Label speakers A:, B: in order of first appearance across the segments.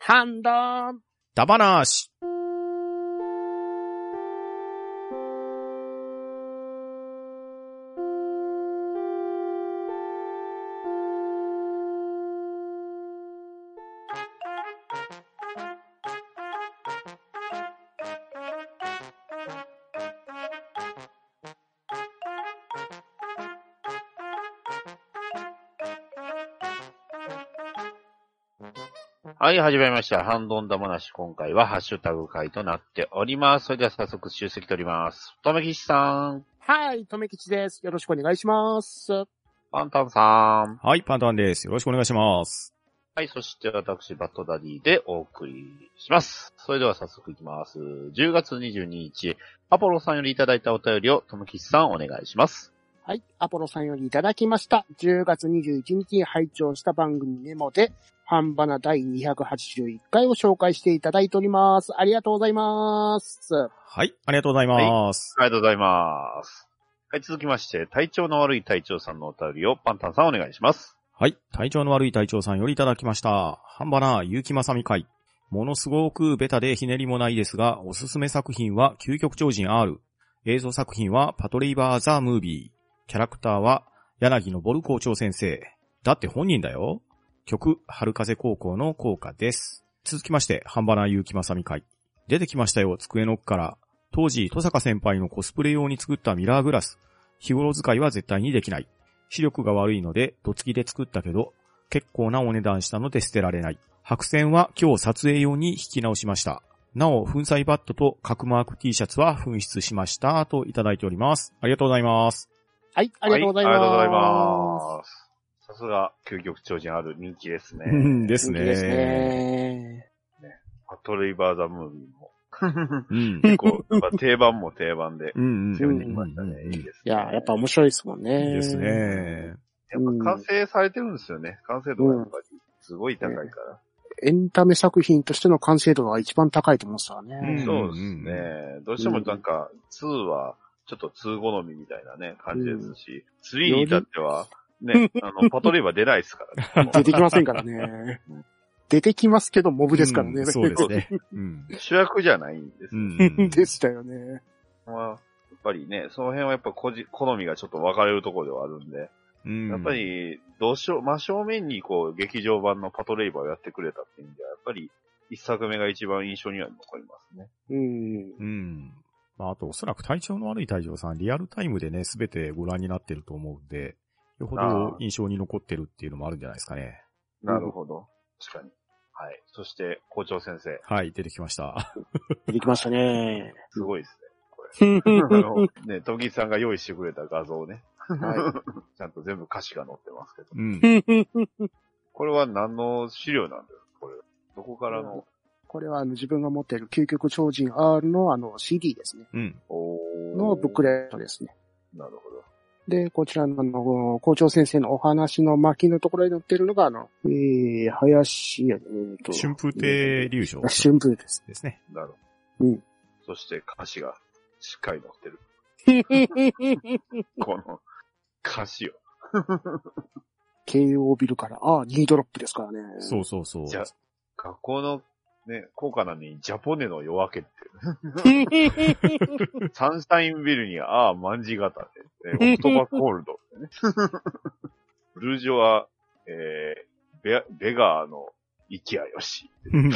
A: ハンド
B: ダバナシ。
C: はい、始めました。ハンドンダマなし、今回はハッシュタグ会となっております。それでは早速集積取ります。とめきしさん、
A: はい、とめきちです。よろしくお願いします。
C: パンタンさん、
B: はい、パンタンです。よろしくお願いします。
C: はい、そして私、バットダディでお送りします。それでは早速いきます。10月22日、アポロさんよりいただいたお便りをとめきしさんお願いします。
A: はい、アポロさんよりいただきました。10月21日に拝聴した番組メモで、ファンバナ第281回を紹介していただいております。ありがとうございます。
B: はい、ありがとうございます。
C: ありがとうございます。はい、続きまして、体調の悪い隊長さんのお便りをパンタンさんお願いします。
B: はい、体調の悪い隊長さんよりいただきました。ハンバナー、ゆうきまさみ会。ものすごくベタでひねりもないですが、おすすめ作品は究極超人 R。映像作品はパトレイバーザ・ムービー。キャラクターは柳のボル校長先生。だって本人だよ。曲、春風高校の効果です。続きまして、ハンバナー、ゆうきまさみ会。出てきましたよ、机の奥から。当時、戸坂先輩のコスプレ用に作ったミラーグラス。日頃使いは絶対にできない。視力が悪いので、ドツキで作ったけど、結構なお値段したので捨てられない。白線は今日撮影用に引き直しました。なお、粉砕バットと角マーク T シャツは紛失しました。といただいております。ありがとうございます。
A: はい、ありがとうございます。
C: はありがとうございます。さすが、究極超人ある人気ですね。
B: ですね。
A: 人気ですね。
C: パトレイバーザムービーも。
B: うん。
C: 結構、 やっぱ定番も定番で
B: う、ん
C: 強いてきましたね。いいですね。
A: いや、やっぱ面白いですもんね。
B: いいです。ね。
C: やっぱ完成されてるんですよね。完成度がやっぱり、すごい高いから。
A: エンタメ作品としての完成度が一番高いと思うんですよ
B: うん
A: ね。
C: そうですね。どうしてもなんか、2は、ちょっと2好みみたいなね、感じですし、3に至っては、ね、あの、パトレイバー出ないですから
A: 。
C: ね
A: 出てきませんからね。 出てきますけど、モブですからね。
B: うんそうですね。うん。
C: 主役じゃないんです
B: う
C: よ。
B: ん
A: でしたよね。
C: まあやっぱりね、その辺はやっぱ個人、好みがちょっと分かれるところではあるんで、
B: うん
C: やっぱ、り、どうしよう、真正面にこう、劇場版のパトレイバーをやってくれたっていう意味では、やっぱり、一作目が一番印象には残りますね。
A: うん。
B: うん。まあ、あと、おそらく体調の悪い隊長さん、リアルタイムでね、すべてご覧になってると思うんで、よほど印象に残ってるっていうのもあるんじゃないですかね。
C: なるほど。確かに。はい。そして、校長先生。
B: はい、出てきました。
A: 出てきました ね。
C: すごいです
A: うん
C: ね。あの、ね、トギさんが用意してくれた画像ね。
A: は
C: ちゃんと全部歌詞が載ってますけど。
B: うん。
C: これは何の資料なんですかこれ。どこからの、
A: これはあの自分が持っている究極超人 R のあの CD ですね。
B: うん。
C: おー
A: のブックレットですね。
C: なるほど。
A: で、こちらのあの校長先生のお話の巻のところに載ってるのが、あの、えー、林、えーと、
B: 春風亭流暢
A: あ春風です。
B: ですね。
C: なるほ
A: う
C: ど。
A: ん。
C: そして歌詞がしっかり載ってる。この歌詞を。
A: 慶応ビルから、ああ、ニードロップですからね。
B: そうそうそう。
C: じゃ学校のね、効果なのにジャポネの夜明けって。 サンシャインビルに、ああ、万字型 で、ね、オクトバコールドってね。ブルージョは、えー、ベアベガーのイキアヨシ。
B: うんうんうん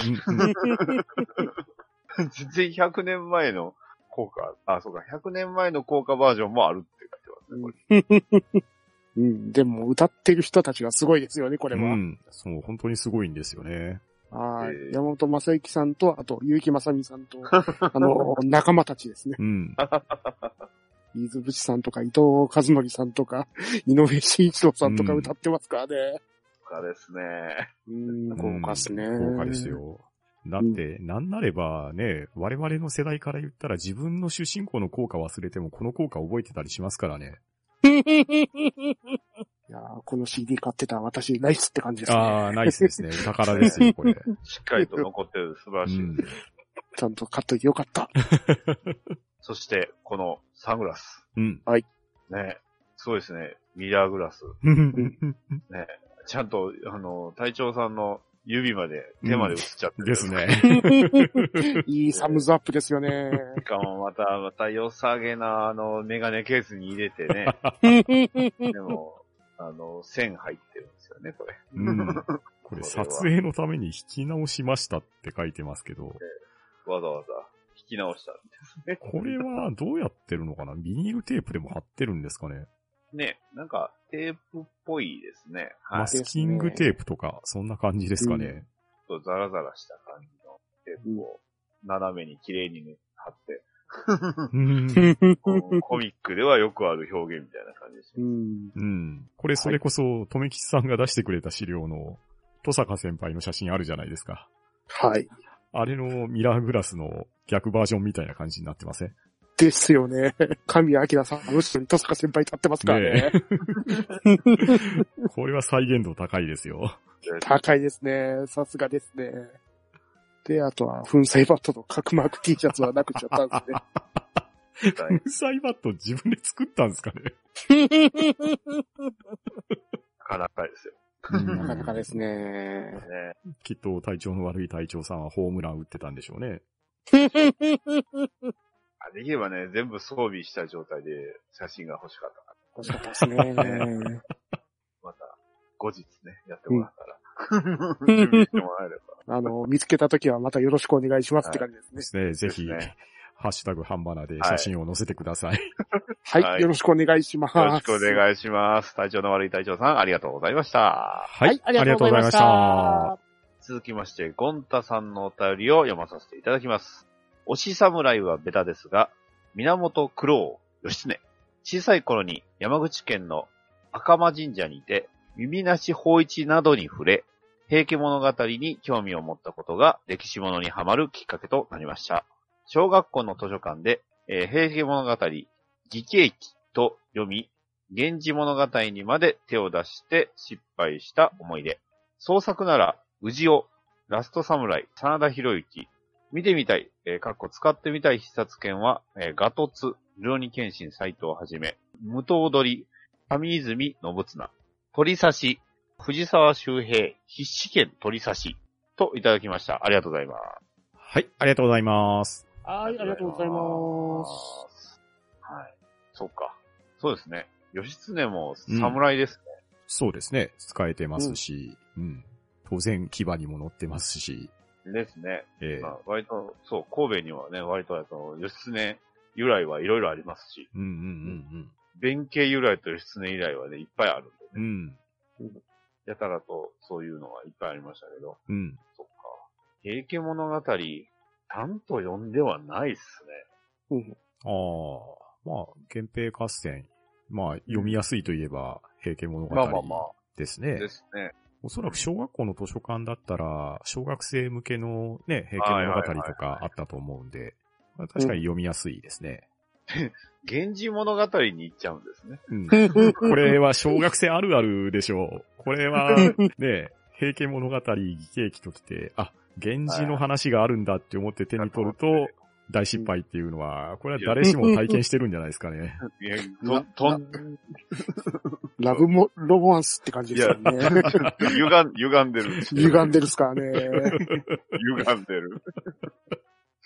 C: 全然100年前の効果、あ、そうか、100年前の効果バージョンもあるって書いてますね、これ。
A: うん、でも歌ってる人たちがすごいですよね、これ
B: う
A: は。
B: ん。そう、本当にすごいんですよね。
A: はい、
C: えー
A: 山本正幸さんと、あと、結城正美さ んと、あの、仲間たちですね。
B: うん。
A: 伊豆淵さんとか、伊藤和則さんとか、井上慎一郎さんとか
B: うん
A: 歌ってますからね。
C: 効果ですね。
A: うん、豪華っすね。
B: 豪華です。よ。だって、なんなればね、我々の世代から言ったら自分の主人公の効果忘れてもこの効果覚えてたりしますからね。
A: いやーこの CD 買ってた私、ナイスって感じですね。
B: ああ、ナイスですね。お宝ですよ、これ。
C: しっかりと残ってる、素晴らしい。
B: うん
A: ちゃんと買っといてよかっ た。
C: そして、このサングラス。
B: うん。
C: ね。そうですね。ミラーグラス。ちゃんと、あの、隊長さんの指まで、手まで映っちゃってる。
B: ですね。
A: いいサムズアップですよね。
C: しかもまた、また良さげな、あの、メガネケースに入れて ね。 でも、あの、線入ってるんですよね、これ。
B: うん。これ撮影のために引き直しましたって書いてますけど、
C: わざわざ引き直したんですね。
B: これはどうやってるのかなビニールテープでも貼ってるんですかね
C: ね、なんか、テープっぽいですね。は
B: マ
C: い。ち
B: スキングテープとか、そんな感じですかね。
C: ょっとザラザラした感じのテープを斜めに綺麗にね、貼って、
B: うん。
C: このコミックではよくある表現みたいな感じです
A: う
C: ね。
A: ん。
B: うん。これそれこそ、とめきちさんが出してくれた資料の、戸坂先輩の写真あるじゃないですか。
A: はい。
B: あれのミラーグラスの逆バージョンみたいな感じになってません
A: ですよね。 神谷明さん、後ろに戸坂先輩立ってますからね。
B: これは再現度高いですよ。
A: 高いですね。さすがですね。で、あとは、粉砕バットと角膜 T シャツはなくしちゃったんですね。
C: 絶 対
B: 粉砕バット自分で作ったんですかね
C: なかなかです よ。
A: なかなかですね。
C: ね。
B: きっと体調の悪い隊長さんはホームラン打ってたんでしょうね。
C: あできればね、全部装備した状態で写真が欲しかったな
A: 欲しかったですね。
C: また、後日ね、やってもらったら。 準備してもらえれば。
A: あの、見つけた時はまたよろしくお願いしますって感じですね
B: で。すね。ぜひ、
C: ですね
B: ハッシュタグハンバナで写真を載せてください。
A: はい、
C: はい
A: よろしくお願いします。
C: よろしくお願いします。体調の悪い隊長さん、ありがとうございました。
B: は
A: はい、ありがとうございました。
B: あ
C: 続きまして、ゴンタさんのお便りを読まさせていただきます。推し侍はベタですが、源九郎義経。小さい頃に山口県の赤間神社にて、耳なし法一などに触れ、平家物語に興味を持ったことが歴史物にはまるきっかけとなりました。小学校の図書館で、えー平家物語、義経記と読み、源氏物語にまで手を出して失敗した思い出。創作なら、氏尾、ラストサムライ、真田広之、見てみたい、えー、かっこ使ってみたい必殺剣は、えーガトツ、ルオニケンシン斎藤をはじめ、無刀取り、上泉信綱、鳥刺し、藤沢周平、必死剣鳥刺し、といただきました。ありがとうございます。
B: はい、ありがとうございます。
A: はい、ありがとうございます。
C: す。はい。そうか。そうですね。義経も侍ですね。
B: そうですね。使えてますし、うん。当然、牙にも乗ってますし、
C: ですね。
B: ええ
C: まあ、割と、そう、神戸にはね、割と、あの、義経由来はいろいろありますし、
B: うんうん
C: 弁慶由来と義経由来はね、いっぱいあるんで、
B: うんうん。うん。
C: やたらとそういうのはいっぱいありましたけど、
B: うん。
C: そっか。平家物語、ちゃんと読んではないっす
A: うん
B: ああ、まあ、源平合戦。まあ、読みやすいといえば、平家物
C: ね。まあまあま
B: 語ですね。
C: あ、ですね。
B: おそらく小学校の図書館だったら、小学生向けのね、平家物語
C: はいはい
B: とかあったと思うんで、まあ確かに読みやすいですね。
C: 源氏物語に行っちゃうんですね。
B: うん。これは小学生あるあるでしょう。これは、ね、平家物語、義経記ときて、あ、源氏の話があるんだって思って手に取ると、大失敗っていうのは、これは誰しも体験してるんじゃないですかね。
C: いや、と、とん、
A: ラブも、ロマンスって感じですよね。
C: 歪ん、歪んでる。
A: 歪んでるっすから ね。
C: 歪んでる。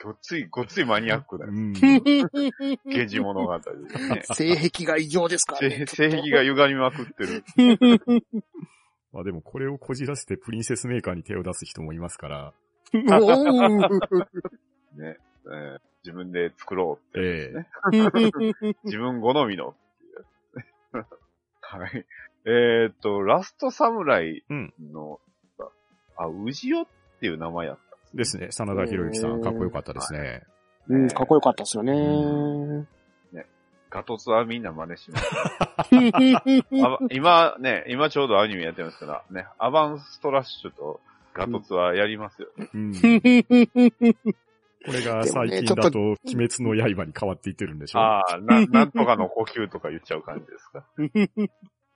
C: ごっつい、ごっついマニアックだ
B: う
C: よ。
B: ん。
C: 源氏物語、 ね。
A: 性癖が異常ですからね
C: 性。性癖が歪みまくってる。
B: まあでもこれをこじらせてプリンセスメーカーに手を出す人もいますから、
A: おー
C: ね。えー自分で作ろうって、
B: ええ
C: 自分好みのっていう やつねはい。えーっと、ラストサムライの、あ、ウジオっていう名前やったんですね。
B: ですね。真田広之さん、かっこよかったですね。
A: うん、かっこよかったっ すよね。
C: ガトツはみんな真似します。 あば今ね、今ちょうどアニメやってますから、ね、アバンストラッシュとガトツはやりますよね。
B: うん。これが最近だと、鬼滅の刃に変わっていってるんでしょ
C: ああ、な、なんとかの呼吸とか言っちゃう感じですか。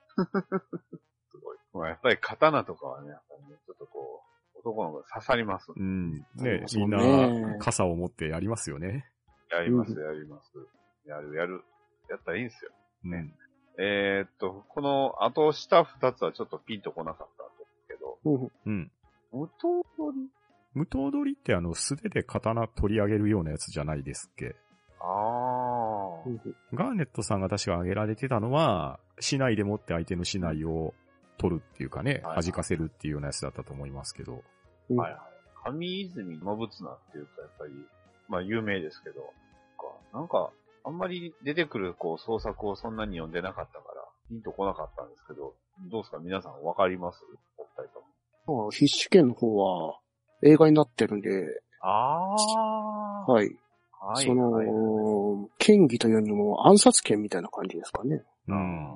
C: すごい。まあ、やっぱり刀とかはね、やっぱりねちょっとこう、男の子が刺さりますんで
B: うん。ね
A: そ
B: み
A: うんね
B: な、傘を持ってやりますよね。
C: やります、
A: う
C: やります。やる、やる。やったらいいんですよ。
B: うん。
C: えーっと、この後下二つはちょっとピンとこなかったんですけど、
A: うん
B: うん。
C: 無糖取り
B: 無刀取りってあの素手で刀取り上げるようなやつじゃないですっけ。
C: あ
A: うんうん
B: ガーネットさんが確か挙げられてたのは、市内でもって相手の市内を取るっていうかね、
C: はい
B: 弾かせるっていうようなやつだったと思いますけど。
A: う
C: あ。
A: ん
C: はいはい。上泉信綱っていうとやっぱり、まあ有名ですけど、かなんか、あんまり出てくるこう創作をそんなに読んでなかったから、ピンとこなかったんですけど、どうですか皆さんわかりますお二人とも。
A: まあ、必死券の方は映画になってるんで、
C: ああは
A: はい。
C: い。
A: そ
C: はい
A: の、剣技というよりも暗殺剣みたいな感じですかね。
B: うん。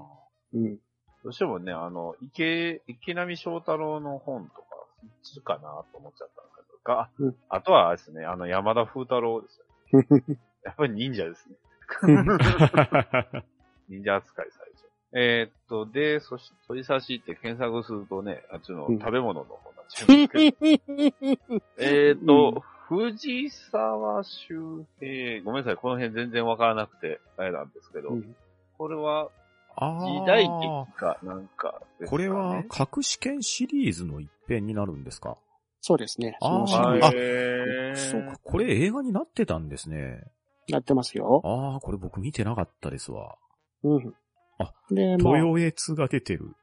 A: うん。
C: どうしてもね、あの、池、池波正太郎の本とか、そっちかなと思っちゃったんだけど、か、
A: うん
C: あとはあれですね、あの、山田風太郎ですよ。 やっぱり忍者ですね。忍者扱いされちゃう。えーっと、で、そし、取り差しって検索するとね、あっちの
A: うん
C: 食べ物の方になっちゃうんです けど、えーっと、藤沢周平、ごめんなさい、この辺全然わからなくて、あれなんですけど、
A: うん
C: これは
B: あー
C: 時代劇かなんかですか、ね、
B: これは、隠し剣シリーズの一編になるんですか
A: そうですね。
B: あー
A: そのシリーズ
B: あ
C: へー
B: そうか、これ映画になってたんですね。
A: やってますよ。
B: ああ、これ僕見てなかったですわ。
A: うん。
B: あ
A: で、まあ、
B: 豊江津が出てる。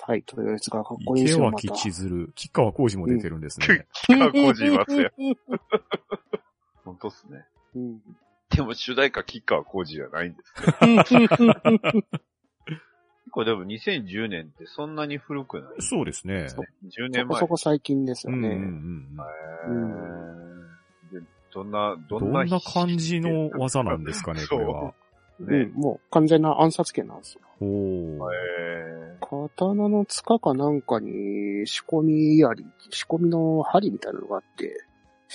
A: はい、豊悦がかっこいいんで
B: 池
A: すよ、ま
B: 脇
A: た。
B: 千鶴、吉川浩司も出てるんですね。
C: 過去人いますよ。本当っすね。
A: うん。
C: でも主題歌、吉川浩司じゃないんです。結構でも2010年ってそんなに古くない
B: そうですね。
A: そう
C: 10
A: そ
C: 年
A: こ
C: 前。
A: そこ最近ですよ
B: うんうんう
A: ね。
B: ん
C: へ
A: う
C: ーでどんな、ど
B: ど
C: んな。
B: んな感じの技なんですかね、こ
C: そう
B: れは。
A: う
C: ね
A: ん、もう完全な暗殺剣なんですよ。
B: おー。
C: へ
A: 刀の塚かなんかに仕込み槍、仕込みの針みたいなのがあって、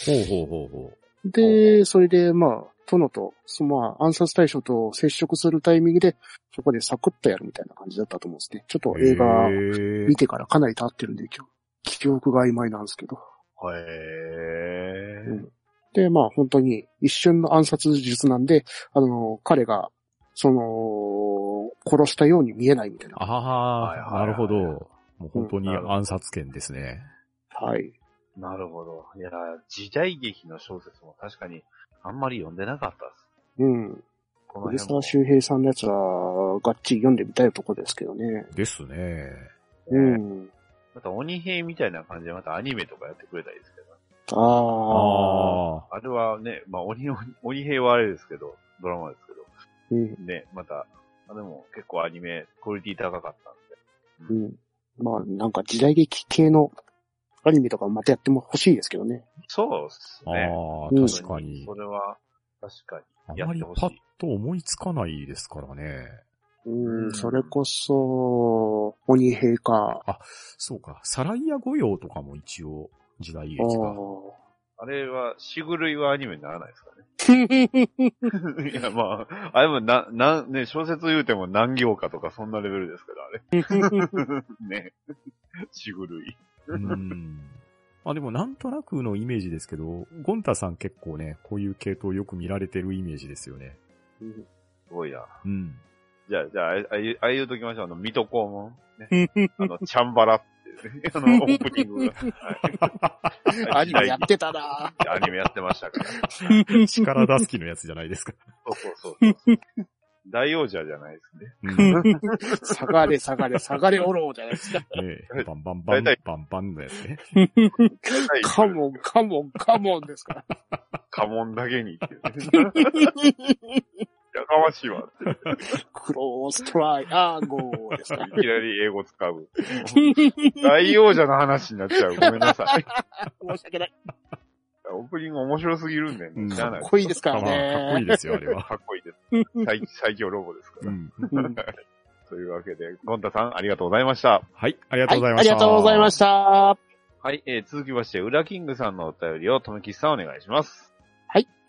B: ほうほうほうほう。
A: で、それでまあ、殿と、そまあ、暗殺対象と接触するタイミングで、そこでサクッとやるみたいな感じだったと思うんですね。ちょっと映画
B: へ
A: 見てからかなり経ってるんで、今日、記憶が曖昧なんですけど。
C: ーへ
A: う
C: ー
A: んで、まあ本当に一瞬の暗殺術なんで、あの、彼が、その、殺したように見えないみたいな。
C: はい
B: ああ、
C: は
B: ない
C: はい
B: るほど。もう本当に暗殺剣ですね。
A: はい。
C: なるほど。いや、時代劇の小説も確かにあんまり読んでなかったです。
A: うん。
C: この
A: 藤
C: 辺
A: 沢。
C: も
A: 周平さんのやつは、がっちり読んでみたいとこですけどね。
B: ですね。
A: う
C: ね
A: ん。
C: また鬼兵みたいな感じでまたアニメとかやってくれたらいいですけど。
A: ああ。
B: ああ。
C: あれはね、まあ鬼、鬼兵はあれですけど、ドラマですけど。
A: うん。
C: ね、また、あでも結構アニメ、クオリティ高かったん
A: う
C: で。
A: ん。まあ、なんか時代劇系のアニメとかまたやっても欲しいですけどね。
C: そうっす
B: あ
C: ね。
B: あ、
A: うん
B: 確かに
C: そ。れは、確かに。
B: あん
C: や
B: ま
C: っ
B: り
C: て
B: パ
C: ほしい
B: ッと思いつかないですからね。
A: う
C: うん
A: ん。それこそ、鬼兵か。
B: そうか。サライヤ御用とかも一応、時代劇
A: あ
B: が。
C: あれは、しぐるいはアニメにならないですかね。い や、まあ、あれもな、なん、ね、小説言うても何行かとかそんなレベルですから、あれ。 ね。 しぐるい。
B: うん。 まあでもなんとなくのイメージですけど、ゴンタさん結構ね、こういう系統よく見られてるイメージですよね。
C: すごいな。
B: うん。
C: じゃあ、じゃあ、ああいう、ああいうときましょう。あの、水戸黄門。ね、あの、チャンバラっていうね。あの、オープニングが。はい
A: あ。 アニメやってたな
C: 時代 劇アニメやってましたから。
B: 力出す気のやつじゃな いですか。
C: そうそうそうそうそう。大王者じゃないですね。
B: うん
A: 下がれ下がれ下がれおろうじゃないですか。
B: ねえ、バンバンバン、
C: 大体
B: バンバンのやつね。
A: カモン、カモン、カモンですから。
C: 家紋だけにっていうね。やかましいわって。
A: クローストライアーゴーです から。
C: いきなり英語使う。大王者の話になっちゃう。ごめんなさい。
A: 申し訳ない。
C: オープニング面白すぎるんだよ
B: うん
C: ね。しゃあない
A: かっこいいですか
B: まあ
A: ら
B: まあ、かっこい
A: ね。
B: いですよ、あれは。
C: かっこいいです。最最強ロボですから。
B: うん
A: うん
C: というわけで、ゴンタさん、ありがとうございました。
B: はい、あり
A: は
B: がとう
A: い
B: ござい
A: あ
B: まし
A: り
B: た。
A: がとうございました。
C: はい、えー、続きまして、ウラキングさんのお便りを、とめきさんお願いします。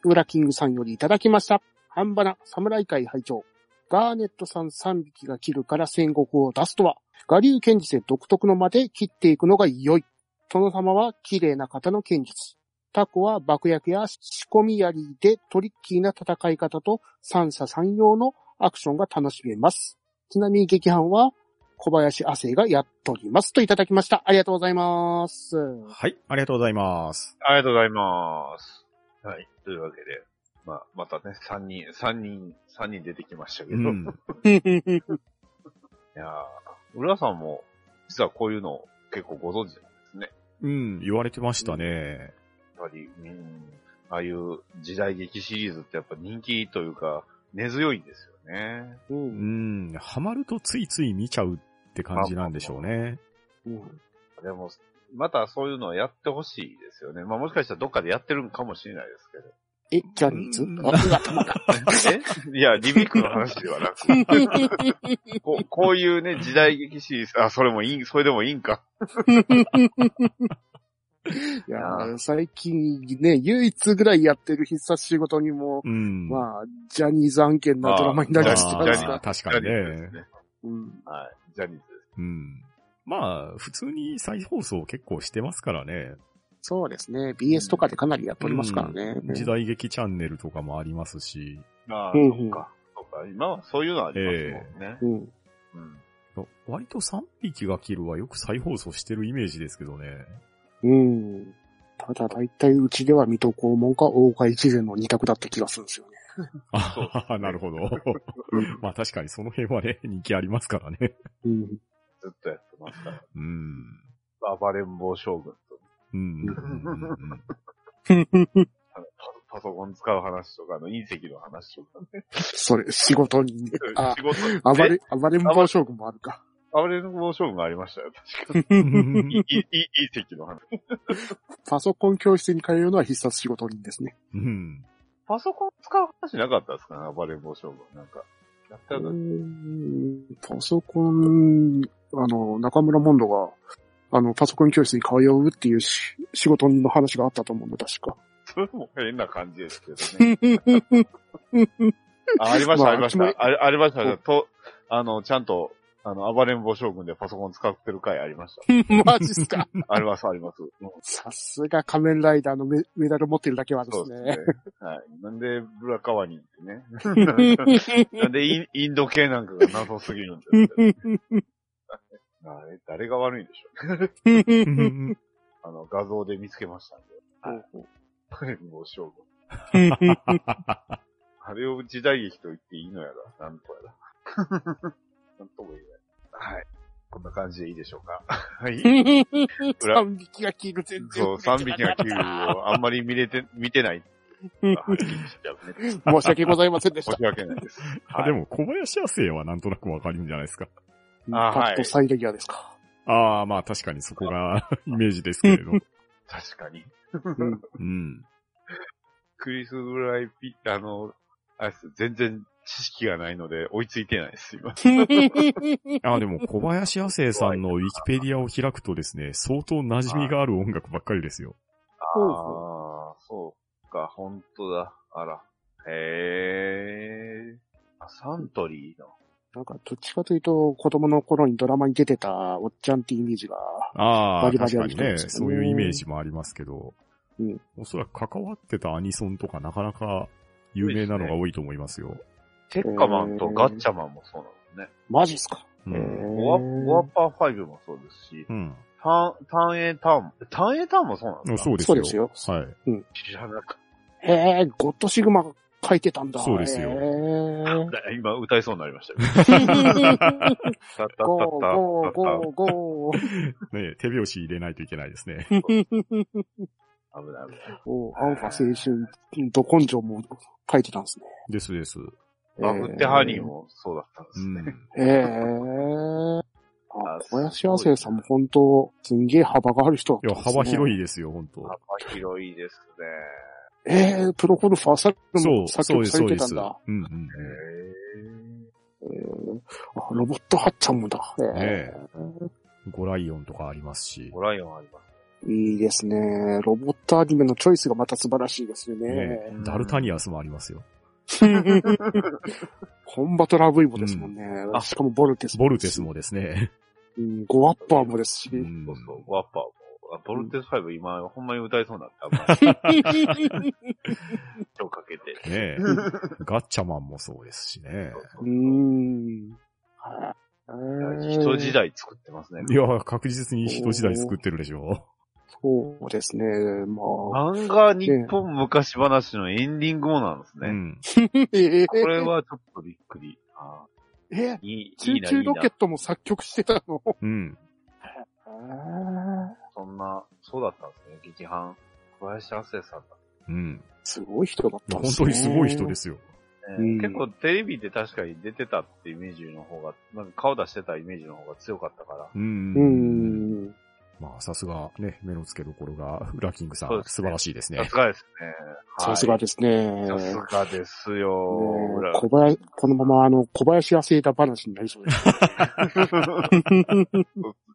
A: ウラキングさんよりいただきました。ハンバナ、侍会会長。ガーネットさん3匹が切るから戦国を出すとは、我流剣術で独特の間で切っていくのが良い。殿様は綺麗な方の剣術。タコは爆薬や仕込み槍でトリッキーな戦い方と三者三様のアクションが楽しめます。ちなみに劇伴は、小林亜生がやっております。といただきました。ありがとうございます。
B: はい、ありがとうございます。
C: ありがとうございます。はい。というわけで、まあ、またね、3人、三人、三人出てきましたけ
B: う
C: ど、い
B: ん。
C: やー浦さんも、実はこういうの結構ご存知なんですね。
B: うん、言われてましたね。
C: やっぱり、うん、ああいう時代劇シリーズってやっぱ人気というか、根強いんですよね。
A: う
B: うんん、ハマるとついつい見ちゃうって感じなんでしょうね。
A: うん
C: でも、またそういうのをやってほしいですよね。まあもしかしたらどっかでやってるんかもしれないですけど。
A: え、ジャニーズ
B: うん
A: あうわたまらん
C: えいや、リメイクの話では なく、こうこういうね、時代劇シリーズ、あ、それもいい、それでもいいんか。
A: いやー最近ね、唯一ぐらいやってる必殺仕事にも、
B: うん。あ、
A: まあ、ジャニーズ案件のドラマになりました
C: ジャ
A: か
C: ニーズ
A: ら。
B: 確
C: ジ
B: か
C: ャ
B: に
C: ニーズ
B: ね
C: です。ね。
A: うん
C: はい、ジャニーズです。
B: うん。まあ、普通に再放送結構してますからね。
A: そうですね。BS とかでかなりやっておりますからね。
B: 時代劇チャンネルとかもありますし。
C: ああ、
A: うん
C: そっか、そっか。今はそういうのありますもんね。
A: うん
C: うん。
B: 割と3匹が切るはよく再放送してるイメージですけどね。
A: うん。ただ大体うちでは水戸黄門か大岡一連の二択だった気がするんですよね。
C: そう
B: あ あ、なるほど。まあ確かにその辺はね、 人気ありますからね。
A: うん。
C: ずっとやってますから。
B: うん。
C: 暴れん坊将軍と、
B: うん。うんうんうん
C: あのパパソコン使う話とかの隕石の話とかね。
A: それ、仕事にね。あ
C: 仕、事で。
A: 暴れ、暴れん坊将軍もあるか。
C: 暴れん坊将軍がありましたよ。確 か
B: うん
C: に。いいい隕石の話。
A: パソコン教室に通うのは必殺仕事人ですね。
B: うん。
C: パソコン使う話なかったですかね暴れん坊将軍。なんか。やった
A: う
C: よね
A: んパソコン、あの、中村モンドが、あの、パソコン教室に通うっていうし仕事人の話があったと思うんで、確か。
C: それも変な感じですけどね。 ああり ました、
A: まあ
C: あ
A: あ
C: りまし
A: っち
C: た。ありありました。と、あの、ちゃんと、あの、暴れん坊将軍でパソコン使ってる回ありました。
A: マジっすか。
C: あります、あります。うん
A: さすが仮面ライダーのメメダル持ってるだけはで
C: そ
A: す
C: うです
A: ね
C: ね。。はい。なんで、ブラカワニってね。なんでイン、インド系なんかが謎すぎるんだよ。あれ、 誰が悪いんでしょう
B: うん
C: あの、画像で見つけましたんで。暴れん坊将軍。あれを時代劇と言っていいのやら、なんとやら。なんとも言えない。はい。こんな感じでいいでしょうか。はい。裏
A: 3匹がキング全然。
C: そう、3匹の球をあんまり見れて、見てない。はっきり言っちゃうね
A: 申し訳ございませんでし
C: 申
A: た
C: し。訳ないです。
B: あでも、小林亜生はなんとなくわかるんじゃないですか。
C: あ
A: パ
C: はい
A: ッとサイレギアです か。
B: ああ、まあ確かにそこがイメージですけれど。
C: 確かに。
A: うん
B: うん。
C: クリスぐらいピあの、あれです、全然知識がないので追いついてないです、今。
B: ああ、でも小林亜生さんのウィキペディアを開くとですね、相当馴染みがある音楽ばっかりですよ。
A: そう
C: ああ、そうか、本当だ。あら。へえ。あ、サントリーの。
A: なんか、どっちかというと、子供の頃にドラマに出てたおっちゃんってイメージが、
B: あ
A: バ
B: あ、
A: リバリ
B: 確かに
A: ある人
B: ね、
A: たちです
B: そ
A: ね
B: ういうイメージもありますけど
A: うん、
B: おそらく関わってたアニソンとかなかなか有名なのが多いと思いますよ。
C: テッカマンとガッチャマンもそうなのね。
A: マジっすか。
B: う
A: へ
B: ん。
A: ー
C: ゴアゴアッパー5もそうですし、
B: うん。
C: タン、タンエーターン、タンエーターンもそうなの
B: そうですよ。
A: そうですよ
B: はい。
C: 知らなかっ
A: へえ、ゴッドシグマが書いてたんだ。
B: そうですよ
A: へ ー
C: た。今歌いそうになりましたよ。
A: ゴー、
C: たったたった
A: ゴー、ゴー、ゴー。
B: ね手拍子入れないといけないで すね。
C: たった。危ない危ない。
A: おアンファ青春、ど根性も書いてたんですね。
B: ですです。
C: バフってハニーもそうだったんですね。
A: ええー。あ
C: あ
A: 小林亜生さんも本当、すんげえ幅がある人だ
B: いや、
A: ったんですね
B: 幅広いですよ、本当
C: 幅広いですね。
A: ええプロゴルファーサル
B: そ
A: も
B: う、
A: 作
B: そう
A: 曲
B: です、
A: さ
B: そ
A: れ
B: う
A: て
B: で
A: たん
B: す。う
A: だ。
B: んうん。
A: あロボットハッチャンもだ。
B: ね
A: え
B: え。ゴライオンとかありますし。
C: ゴライオンあります。
A: えいいですね。ロボットアニメのチョイスがまた素晴らしいですよね。
B: ねダルタニアスもありますよ。
A: コンバトラー V もですもんね。
C: んあ
A: しかもボルテス
B: ボルテス
A: も
B: もです ね。
A: ですし。うん、ゴアッパーもですし。
B: う
C: そ
B: ん
C: うそう、ワッパーも。あボルテス5今、ほんまに歌いそうになった。今日かけて。
B: ねえ。ガッチャマンもそうですしね。
A: うーん。はい
C: 人時
A: 代。
C: 代作ってますね。
B: いや、確実に人時代作ってるでしょ。
A: そうですね。まあ。
C: 漫画日本昔話のエンディングもなんです
B: う
C: ね。
B: ん。
A: ええ
C: これはちょっとびっくり。あ
A: え
C: ー、いい、い
A: 中
C: いな、い
A: 中
C: いな
A: ロケットも作曲してたの
B: うん。
C: そんな、そうだったんですね。劇伴。小林亜生さんだ、
B: うん。
A: すごい人だっ
B: い
A: た
B: や
A: ん
B: 本当にすごい人ですすよ。
C: ね
A: うん
C: 結構テレビで確かに出てたってイメージの方が、なんか顔出してたイメージの方が強かったから。
B: う。
A: ね。うんん。
B: まあ、さすが、ね、目の付けどころが、ウラキングさ、
C: そうんです
B: 素
C: ね
B: 晴らしいです
C: さ
B: ね
C: す。がですね。はい
A: さすがですね。
C: さすがですよ。
A: ね
C: 裏
A: 小林、このままあの、小林亜生だ話になりそう です。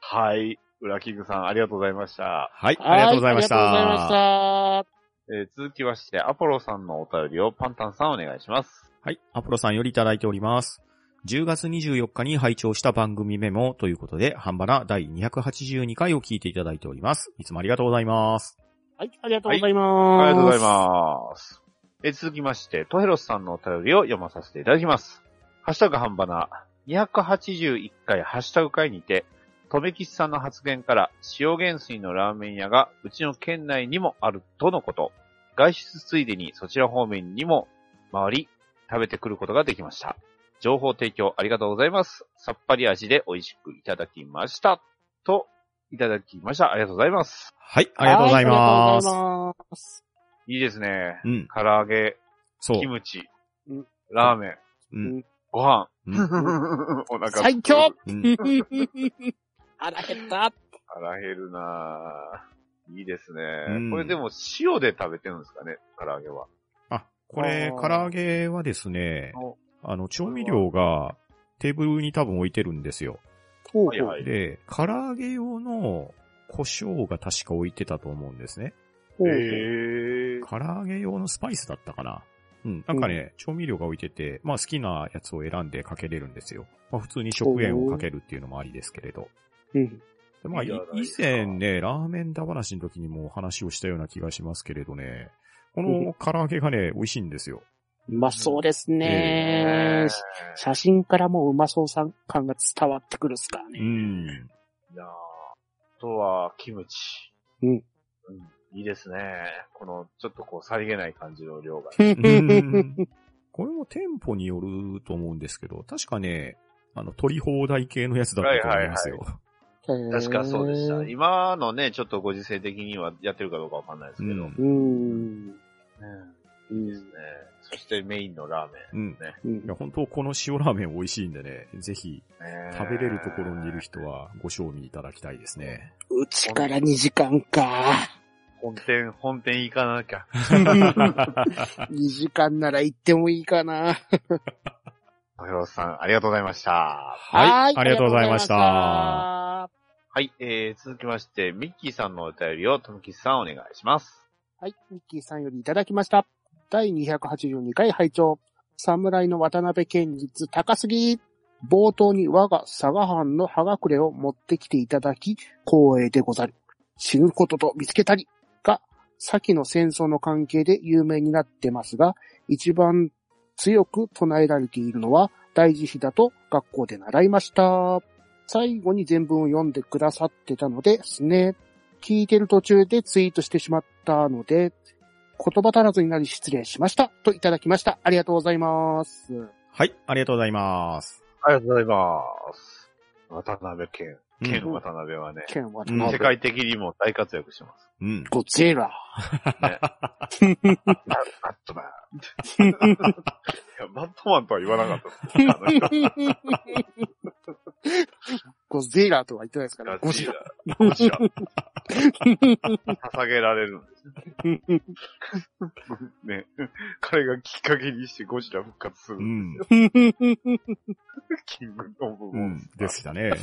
C: はい。裏キングさん、ありがとうございました。
B: はい、ありがとうございまし。
A: はありがとうございましたた。
C: えー続きまして、アポロさんのお便りをパンタンさんお願いします。
B: はい、アポロさんよりいただいております。10月24日に拝聴した番組メモということで、ハンバナ第282回を聞いていただいております。いつもありがとうございます。
A: はい、ありがとうございます。
C: ありがとうござい
A: す。
C: ます。えー続きまして、トヘロスさんのお便りを読まさせていただきます。ハッシュタグ半ばな281回ハッシュタグ会にて、とめきちさんの発言から、塩原水のラーメン屋がうちの県内にもあるとのこと。外出ついでにそちら方面にも回り、食べてくることができました。情報提供ありがとうございます。さっぱり味で美味しくいただきました。と、いただきました。ありがとうございます。
B: はい、ありがとうございます。
A: ありがとうございます。
C: いいですね。
B: うん、
C: 唐揚げ、
B: そう
C: キ。ムチ
A: うん、
C: ラーメン、
B: うん、
C: ご 飯。
B: うん、
C: お腹
A: 最強
B: うん。
A: 腹減った。
C: 腹減るなぁ。いいですね、
B: うん
C: これでも塩で食べてるんですかね唐揚げは。
B: あ、これ
A: あ、ー
B: 唐揚げはですね
C: お、
B: あの、調味料がテーブルに多分置いてるんですよ。
A: ほう
C: はいはい。
B: で、唐揚げ用の胡椒が確か置いてたと思うんですね。
A: ほうほう。
C: へー
B: 唐揚げ用のスパイスだったかな。うん。なんかね、調味料が置いてて、まあ好きなやつを選んでかけれるんですよ。まあ普通に食塩をかけるっていうのもありですけれど。
A: うん。
B: でまあ、
C: い
B: い
C: いじゃないで
B: 以
C: すか
B: 前ね、ラーメンだ話の時にもお話をしたような気がしますけれどね、こ
A: う
B: の唐揚げがね、美味しいんですよ。
A: うまそうですね
C: え。
A: 写真からもうまそうさん感が伝わってくるっすから
B: う
A: ね。
B: ん。
C: ーいやーあとは、キムチ。
A: うん
C: うん。いいですね。この、ちょっとこう、さりげない感じの量が。
B: うん これも店舗によると思うんですけど、確かね、あの、取り放題系のやつだったと思いますよ。
C: 確かそうでした。
A: へー
C: 今のね、ちょっとご時世的にはやってるかどうかわかんないですけど。
B: うん
A: うん。う
C: うんいいです
A: ん
C: ね。そしてメインのラーメ
B: うん。
A: うん
B: いや、本当この塩ラーメン美味しいんでね、ぜひ
C: ン。ね
B: 食べれるところにいる人はご賞味いただきたいです ね。
A: うちから2時間か。
C: 本店、本店行かなきゃ。
A: 2時間なら行ってもいいかな。
C: 小平さん、ありがとうございました。
B: はい、ありがとうございました。
A: は
C: はい、えー、続きまして、ミッキーさんのお便りを、とむきさんお願いします。
A: い、ミッキーさんよりいただきました。第282回拝聴侍の渡辺県立高杉。冒頭に我が佐賀藩の葉隠れを持ってきていただき、光栄でござる。死ぬことと見つけたりが、先の戦争の関係で有名になってますが、一番強く唱えられているのは大慈悲だと学校で習いました。最後に全文を読んでくださってたのですね。聞いてる途中でツイートしてしまったので、言葉足らずになり失礼しました。といただきました。ありがとうございます。
B: はい、ありがとうございます。
C: ありがとうございます。渡辺県、
B: うん
C: 県渡辺はね、
A: 剣は
B: うん
C: 世界的にも大活躍してます。
B: うん。
A: ゴゼ ラ。
C: バットマン。 いや、バットマンとは言わなかった。あの人
A: ゴゼラとは言ってないですから、
C: が
A: ゴジラ。
C: ゴジラ。捧げられるんですね。 ね。彼がきっかけにしてゴジラ復活する
B: う。ん。
C: キングオブ
B: う
C: モン
B: ん
C: ス。ター
B: で。したね。
C: わあ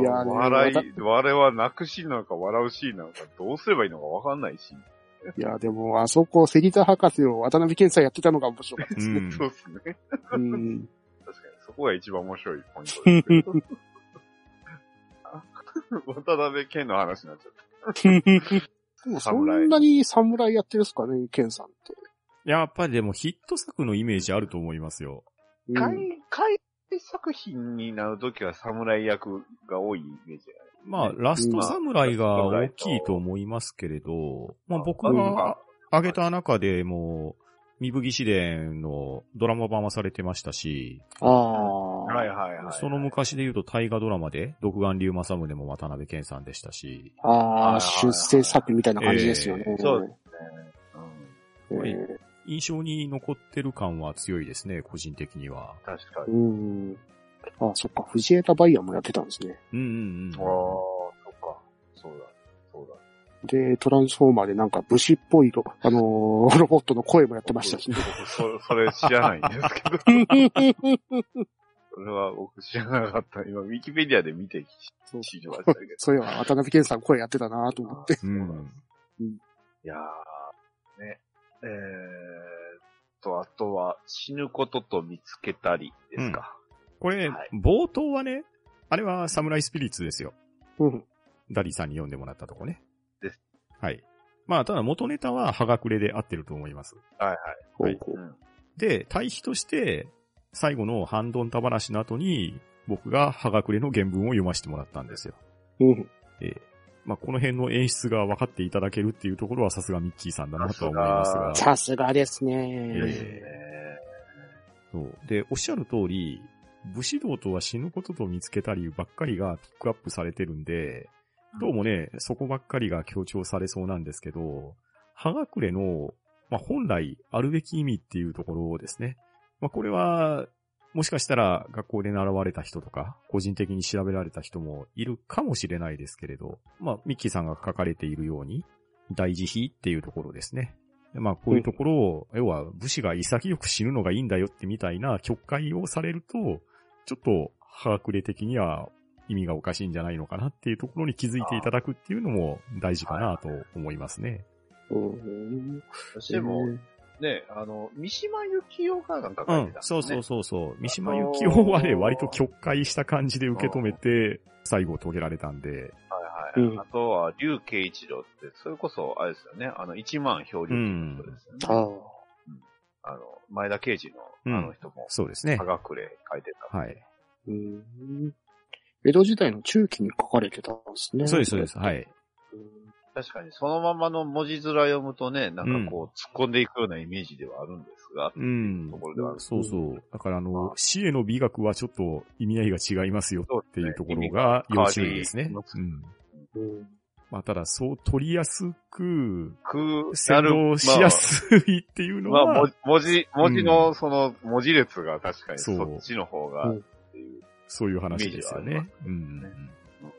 A: いやーね
C: 笑い、我は泣くシーンなのか笑うシーンなのか、どうすればいいのかわかんないし。
A: いや、でも、あそこ、セリタ博士を渡辺健さんやってたのが面白かったで
B: う
A: すね。
B: ん。
C: そうですね。
A: うん。
C: 確かに、そこが一番面白いポイントです けど。あ渡辺謙の話になっちゃっ
A: でも
C: 侍
A: そんなに侍やってるっすかね、健さんって。
B: やっぱりでもヒット作のイメージあると思いますよ。
C: 海、海外作品になるときは侍役が多いイメージが
B: まあ、ラストサムライが大きいと思いますけれど、まあ僕
C: ある。
B: が挙げた中でもう、三吹試練のドラマ版はされてましたし、
A: ああ。
C: はいはいはい。
B: その昔で言うと大河ドラマで、独眼竜政宗も渡辺謙さんでしたし、
A: あ
C: はい
A: あ、出世作みたいな感じですよね。
C: そうですね。うん。
B: そうです
A: え
B: 印象に残ってる感は強いですね、個人的には。
C: 確か
A: え
C: に。
A: うん。ああ、そっか。藤枝バイヤーもやってたんですね。
B: うんうんうん。
C: ああ、そっか。そうだ。そうだ。
A: で、トランスフォーマーでなんか武士っぽいロ、あのーロ ボットの声もやってました しね。
C: そ、それ知らないんですけど。 それは僕知らなかった。今、ウィキペディアで見て
A: そう
C: 知りましたけど。
A: そういえば、渡辺謙さん声やってたなと思って。
B: うん。
C: いやー、ね。えーっと、あとは、死ぬことと見つけたりですか。
B: これ、
C: はい
B: 冒頭はね、あれはサムライスピリッツですよ。
A: うん。
B: ダディさんに読んでもらったとこね。
C: です。
B: はい。まあ、ただ元ネタはハガクレで合ってると思います。
C: はいはい。
B: はい
A: ほうほう
B: で、対比として、最後のハンドンタ話の後に、僕がハガクレの原文を読ませてもらったんですよ。
A: うん。
B: ええまあ、この辺の演出が分かっていただけるっていうところはさすがミッキーさんだなとは思いますが。
A: さすがです
B: いやいや
A: ね。
C: ね
B: そう。で、おっしゃる通り、武士道とは死ぬことと見つけたりばっかりがピックアップされてるんで、どうもね、そこばっかりが強調されそうなんですけど、葉隠れの、まあ、本来あるべき意味っていうところですね。まあ、これは、もしかしたら学校で習われた人とか、個人的に調べられた人もいるかもしれないですけれど、まあ、ミッキーさんが書かれているように、大慈悲っていうところですね。まあ、こういうところを、要は武士が潔く死ぬのがいいんだよってみたいな曲解をされると、ちょっと、把握例的には意味がおかしいんじゃないのかなっていうところに気づいていただくっていうのも大事かなと思いますね。
A: うん。
C: でも、ね、あの、三島由紀夫がなんか
B: う
C: 書いて
B: ん
C: た、、
B: そうそう。そうそう。三島
C: あ
B: 由
C: のー
B: 紀夫はね、割と曲解した感じで受け止めて、最後を遂げられたんで、
C: はいはい。
A: うん
C: あとは、竜慶一郎って、それこそ、あれですよね。あの、一万漂流記の人ですよね。
A: ああ。
C: あの、前田慶次
B: うん
C: の、あの人も、
B: そうですね
C: 科。学例書いてた。
B: はい。
A: うん。江戸時代の中期に書かれてたんですね。
B: そうです、そうです。はい。
A: うん。
C: 確かに、そのままの文字面読むとね、なんかこう、突っ込んでいくようなイメージではあるんですが、
B: うん
C: と。ころではあるんです
B: そうそう。だからあの、死への美学はちょっと意味合いが違いますよっていうところが要注意ですね
C: そうです。
B: う
C: ね
B: ん。
A: うん。
B: まあただ、そう取りやすく、
C: く、な
B: 洗
C: る
B: 脳しやすいっていうの
C: まあ、まあ
B: は、
C: も文字、文字
B: う
C: の、その、文字列が確かに
B: そう
C: そっちの方が、
A: うん
C: っていう。
B: そういう話ですよ
C: イメー
B: ね
C: ジ。
B: うんうん
C: ね
B: うん。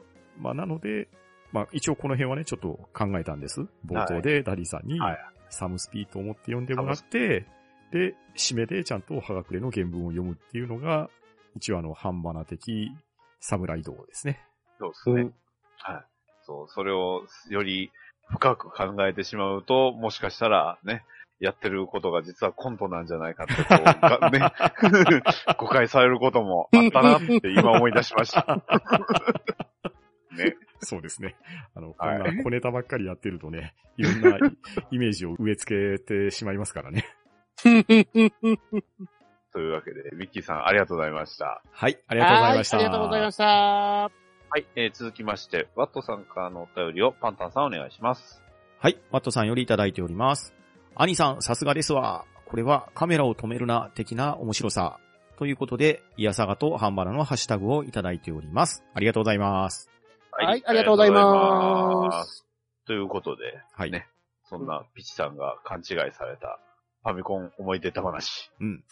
B: まあなので、まあ一応この辺はね、ちょっと考えたんです。冒頭でダディさんに
C: はい、
B: サムスピーと思って読んでもらって、で、締めでちゃんとハガクレの原文を読むっていうのが、一応あの、半端な的侍道ですね。
C: そうです ね。はい。そう、それをより深く考えてしまうと、もしかしたらね、やってることが実はコントなんじゃないかってこうが、ね、 誤解されることもあったなって今思い出し ました。ね。
B: そうですね。あの、こ
C: は
B: ん
C: い
B: な小ネタばっかりやってると ね、いろんなイメージを植え付けてしまいますからね。
C: というわけで、ミッキーさんありがとうございました。
B: はい、あり
A: あ
B: がとうございました。
A: ありがとうございました。
C: はい、えー続きまして、ワットさんからのお便りをパンタンさんお願いします。
B: はい、マットさんよりいただいております。兄さん、さすがですわ。これはカメラを止めるな、的な面白さ。ということで、イヤサガとハンバラのハッシュタグをいただいております。ありがとうございます。
A: はいありがとうございます
C: ありがとうございます。ということで、
B: はい。
C: ねそんなピチさんが勘違いされたファミコン思い出 た話。
B: うん。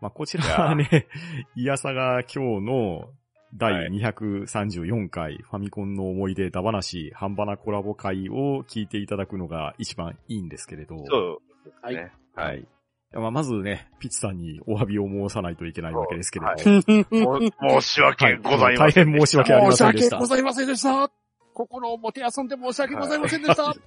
B: まあ、こちらはね、 イヤサガ今日の
C: は
B: 第
C: い
B: 234回、ファミコンの思い出だ話、ハンバラコラボ会を聞いていただくのが一番いいんですけれど。
C: そうですね。は。
B: はいい。まあ、まずね、ピッチさんにお詫びを申さないといけないわけですけれど。
C: はい
B: は
C: もう申し訳ございま
B: 大
C: せん
B: 変
C: で
B: 申
C: し。
B: した訳ありませんで
A: 申
B: し。
A: した訳ございませんでした。心をもてあそんで申し訳ございませんでした。
C: ね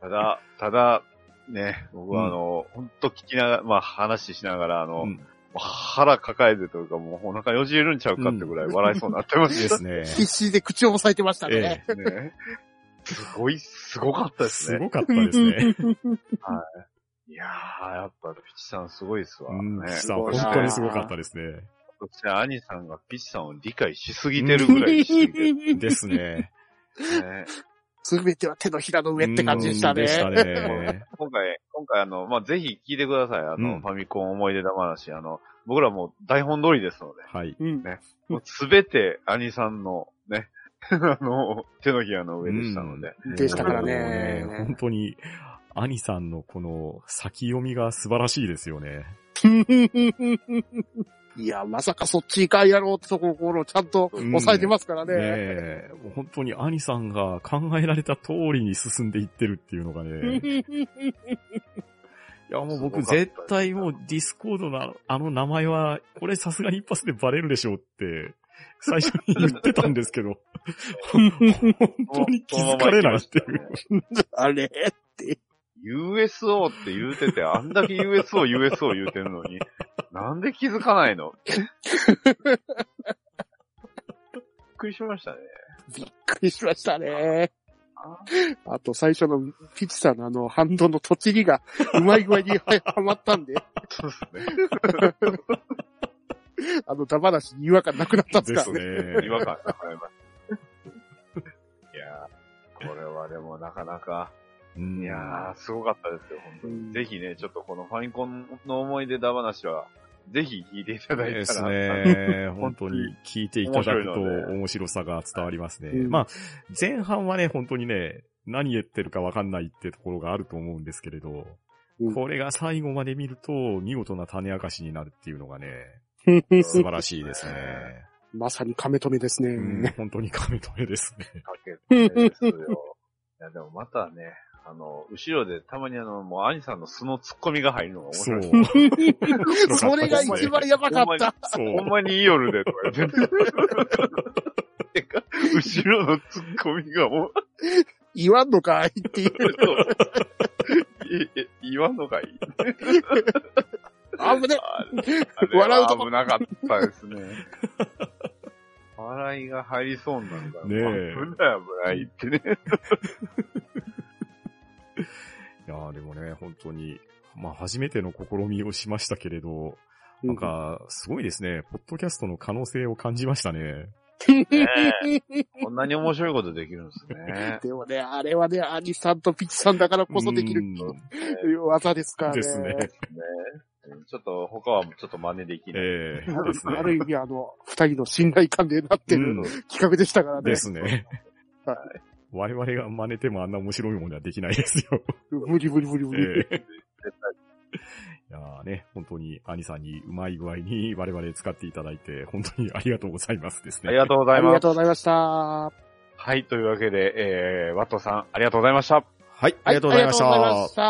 C: ただ、ただ、ね、僕はあの、ほんと聞きながら、まあ話しながら、あの、
B: うん
C: もう腹抱えてというか、もうお腹よじれるんちゃうかってぐらい笑いそうになって
B: い
C: ま
B: い
C: し
B: で
C: た。
B: すね。
A: 必死で口を押さえてましたね。
C: ねすごい、すごかったです
B: す
C: ね。
B: ごかったですね。
C: いやー、やっぱ、ピチさんすごいですわ。
B: うん、
C: ね
B: 岸さん、
A: すご
B: 本
A: いな
B: 当にすごかったですね。
C: そして、兄さんがピチさんを理解しすぎてるぐらいしすぎてる、
B: ですね。
C: ね。
A: すべては手のひらの上って感じでしたね。
B: うんでしたね。
C: 今回、今回あの、まあ、ぜひ聞いてください。あの、
B: うん
C: ファミコン思い出だ話。あの、僕らもう台本通りですので、
B: はい。
A: うん。
C: もうすべて兄さんのね、 あの、手のひらの上でしたので。
B: うん
A: でしたからね
B: もう本当に、兄さんのこの先読みが素晴らしいですよね。
A: いや、まさかそっち行かんやろうってところをちゃんと抑えてますから
B: ね
A: ね。
B: え、もう本当に兄さんが考えられた通りに進んでいってるっていうのがね。いや、もう僕
C: すごかったです
B: 絶対もうディスコードのあの名前は、これさすがに一発でバレるでしょうって、最初に言ってたんです けど、本当に気づかれないっていう。
A: あれ
C: USO って言うてて、あんだけ USO、USO 言うてるのに、なんで気づかないの びっくりしましたね。
A: びっくりしましたね
C: あ。
A: あと最初のピチさんのあのハンドのとちりがうまい具合にははまったんで、
C: そうです
A: あのダバなしに違和感なくなったんです
B: で
A: から
B: す
A: ね。
C: ね。
B: ね。
C: 違和感なくなります。いやー、これはでもなかなか、
B: うん
C: いやー、すごかったですよ、本当
A: うん
C: に。ぜひね、ちょっとこのファミコンの思い出だ話は、ぜひ聞いていただいたら。
B: ですね。本
C: 本
B: 当
C: 当
B: に
C: に
B: 聞いていただくと
C: 面白いので
B: 面白さが伝わりますね。
A: うん
B: まあ、前半はね、本当にね、何言ってるかわかんないってところがあると思うんですけれど
A: う、ん
B: これが最後まで見ると、見事な種明かしになるっていうのがね、素晴らしいですね。
A: まさに亀止めですね。
B: うん、本当に亀止めですね。
C: かけてで すよ。いや、でもまたね、あの、後ろでたまにあの、もう兄さんの素の突っ込みが入るのが面
B: そ
C: 白
B: う
C: い。。
A: それが一番やばかった。
B: そ
C: ほ
B: う。
C: んまにいい夜でとか言っててか後ろの突っ込みが もう、
A: 言わんのかいっていう。
C: え、え、言わんのかい
A: 危ね。
C: あ
A: 笑うと
C: と危なかったですね。笑いが入りそうになるから、
B: ねえ
C: 危ない危ないってね。
B: いやーでもね、本当に、まあ初めての試みをしましたけれど、な んか、すごいですね。ポッドキャストの可能性を感じましたね。
C: こんなに面白いことできるん ですね。
A: でもね、あれはね、兄さんとピチさんだからこそできる
B: うん
A: 技ですからね。
B: ですね。
C: ねちょっと他はちょっと真似できない。
B: え え
A: あ
B: です
A: る
B: ね。
A: ある意味、あの、二人の信頼関係になって
B: う
A: る
B: ん
A: 企画でしたからね
B: で。すね。
A: はい
B: 我々が真似てもあんな面白いものはできないですよ。
A: 無理無理無理無理。
B: ええいやーね、本当に兄さんにうまい具合に我々使っていただいて、本当にありがとうございますですね。
C: ありがとうござ
A: あ
C: い
A: り
C: ま
A: が
C: す
A: と。うございました。
C: はい、というわけで、えー、ワットさん、ありがとうございました。
B: はい、ありがとうございました。
A: ありがとうございました。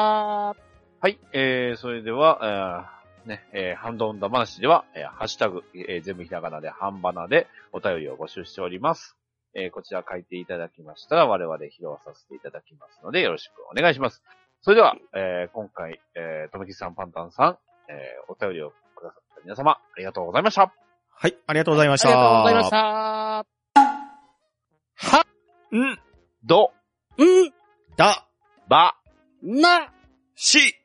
C: はい、えー、それでは、えーね、えー、ハンドオンダ話では、えー、ハッシュタグ、えー、全部ひらがなで、ハンバナでお便りを募集しております。えー、こちら書いていただきましたら、我々披露させていただきますので、よろしくお願いします。それでは、えー、今回、えー、とめきちさん、パンタンさん、えー、お便りをくださった皆様、ありがとうございました。
B: はい、ありがとうございまし
A: あ
B: た。
A: りがとうございました。は、
B: うん、
C: ど、
A: ん、
B: だ、
C: ば、
A: な、
B: し、